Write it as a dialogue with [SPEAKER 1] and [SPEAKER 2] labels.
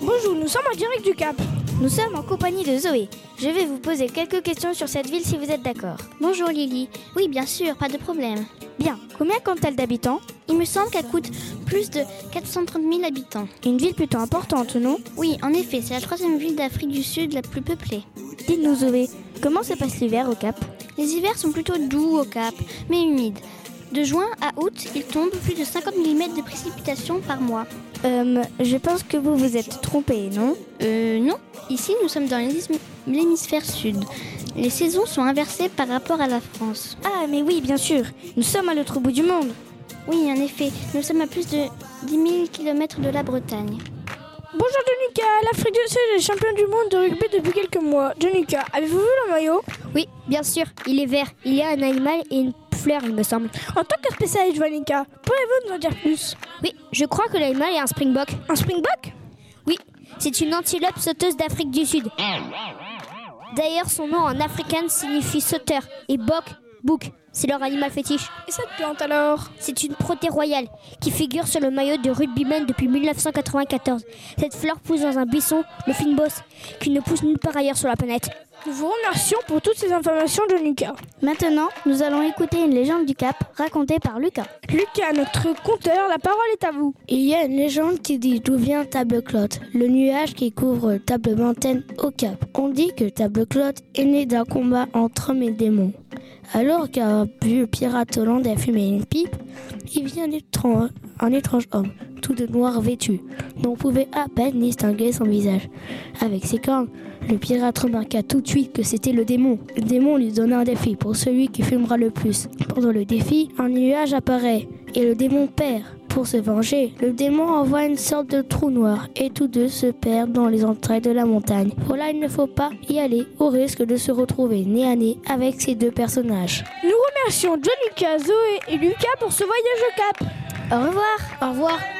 [SPEAKER 1] Bonjour, nous sommes en direct du Cap.
[SPEAKER 2] Nous sommes en compagnie de Zoé. Je vais vous poser quelques questions sur cette ville si vous êtes d'accord.
[SPEAKER 3] Bonjour Lily. Oui, bien sûr, pas de problème.
[SPEAKER 1] Bien, combien compte-t-elle d'habitants
[SPEAKER 3] Il me semble qu'elle coûte plus de 430 000 habitants.
[SPEAKER 1] Une ville plutôt importante, non
[SPEAKER 3] Oui, en effet, c'est la troisième ville d'Afrique du Sud la plus peuplée.
[SPEAKER 1] Dites-nous Zoé, comment se passe l'hiver au Cap
[SPEAKER 3] Les hivers sont plutôt doux au Cap, mais humides. De juin à août, il tombe plus de 50 mm de précipitations par mois.
[SPEAKER 1] Euh, je pense que vous vous êtes trompé, non
[SPEAKER 3] Euh, non. Ici, nous sommes dans l'hémis- l'hémisphère sud. Les saisons sont inversées par rapport à la France.
[SPEAKER 1] Ah, mais oui, bien sûr. Nous sommes à l'autre bout du monde.
[SPEAKER 3] Oui, en effet, nous sommes à plus de 10 000 km de la Bretagne.
[SPEAKER 4] Bonjour Danuka, l'Afrique du Sud est champion du monde de rugby depuis quelques mois. Danuka, avez-vous vu le maillot
[SPEAKER 2] Oui, bien sûr, il est vert. Il y a un animal et une fleur, il me semble.
[SPEAKER 4] En tant que spécialiste Danuka, pouvez-vous nous en dire plus
[SPEAKER 2] Oui, je crois que l'animal est un springbok.
[SPEAKER 4] Un springbok
[SPEAKER 2] Oui, c'est une antilope sauteuse d'Afrique du Sud. D'ailleurs, son nom en africain signifie sauteur et bok, bouc. C'est leur animal fétiche.
[SPEAKER 4] Et cette plante alors
[SPEAKER 2] C'est une protée royale qui figure sur le maillot de rugbyman depuis 1994. Cette fleur pousse dans un buisson, le finbos, qui ne pousse nulle part ailleurs sur la planète.
[SPEAKER 4] Nous vous remercions pour toutes ces informations Danuka.
[SPEAKER 1] Maintenant, nous allons écouter une légende du Cap racontée par Lucas.
[SPEAKER 4] Lucas, notre compteur, la parole est à vous.
[SPEAKER 5] Il y a une légende qui dit d'où vient Table Clotte, le nuage qui couvre Table Mountain au Cap. On dit que Table Clotte est né d'un combat entre hommes et démons. Alors qu'un vieux pirate hollandais fumait une pipe, il vit un étrange, un étrange homme, tout de noir vêtu, dont on pouvait à peine distinguer son visage. Avec ses cornes, le pirate remarqua tout de suite que c'était le démon. Le démon lui donna un défi pour celui qui fumera le plus. Pendant le défi, un nuage apparaît et le démon perd. Pour se venger, le démon envoie une sorte de trou noir et tous deux se perdent dans les entrailles de la montagne. Voilà, il ne faut pas y aller au risque de se retrouver nez à nez avec ces deux personnages.
[SPEAKER 4] Nous remercions Danuka, Zoé et Lucas pour ce voyage au Cap.
[SPEAKER 5] Au revoir. Au revoir.